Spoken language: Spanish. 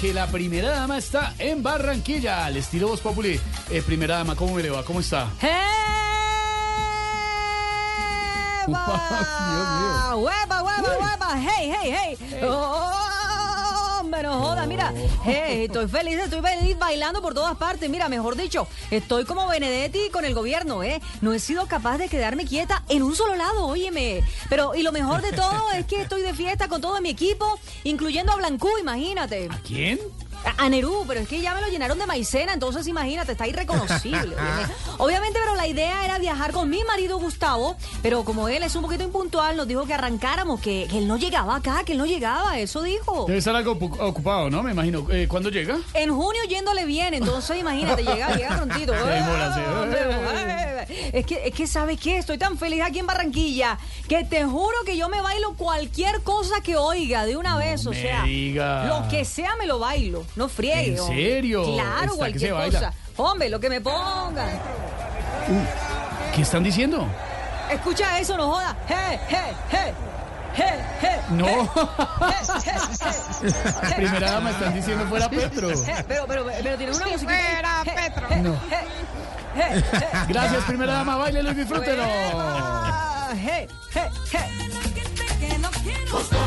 que la primera dama está en Barranquilla, al estilo Voz Populi. Eh, primera dama, ¿cómo me le va? ¿Cómo está? ¡Eh! ¡Hueva! Dios mío. ¡Eh! ¡Hueva, hueva, hueva! ¡Hey, hey, hey! ¡Oh, hombre, no joda! Mira, hey, estoy feliz, estoy feliz bailando por todas partes. Mira, mejor dicho, estoy como Benedetti con el gobierno, ¿eh? No he sido capaz de quedarme quieta en un solo lado, óyeme. Pero, y lo mejor de todo es que estoy de fiesta con todo mi equipo, incluyendo a Blancú, imagínate. ¿A quién? A a Nerú, pero es que ya me lo llenaron de maicena, entonces imagínate, está irreconocible. oye. Obviamente, pero la idea era viajar con mi marido Gustavo, pero como él es un poquito impuntual, nos dijo que arrancáramos, que, que él no llegaba acá, que él no llegaba, eso dijo. Debe estar algo opu- ocupado, ¿no? Me imagino. Eh, ¿Cuándo llega? En junio yéndole bien, entonces imagínate, llega, llega prontito. Se demora, se Ah, demora. Es que, es que, ¿sabes qué? Estoy tan feliz aquí en Barranquilla que te juro que yo me bailo cualquier cosa que oiga de una vez, o me sea. diga. Lo que sea me lo bailo, no friegue. ¿En hombre. serio? Está que Claro, se cualquier baila. cosa. Hombre, lo que me pongan. ¿Qué están diciendo? Escucha eso, no joda. Hey, hey, hey. Hey, hey, No. hey, hey, hey, hey. Primera dama, están diciendo fuera Petro. Eh, Pero, pero, pero tiene una Si musiquita. fuera Eh, Petro. eh, No. eh, eh, eh. Gracias, primera dama. Báilelo y disfrútelo. Ah, eh, eh, eh. Que no quiero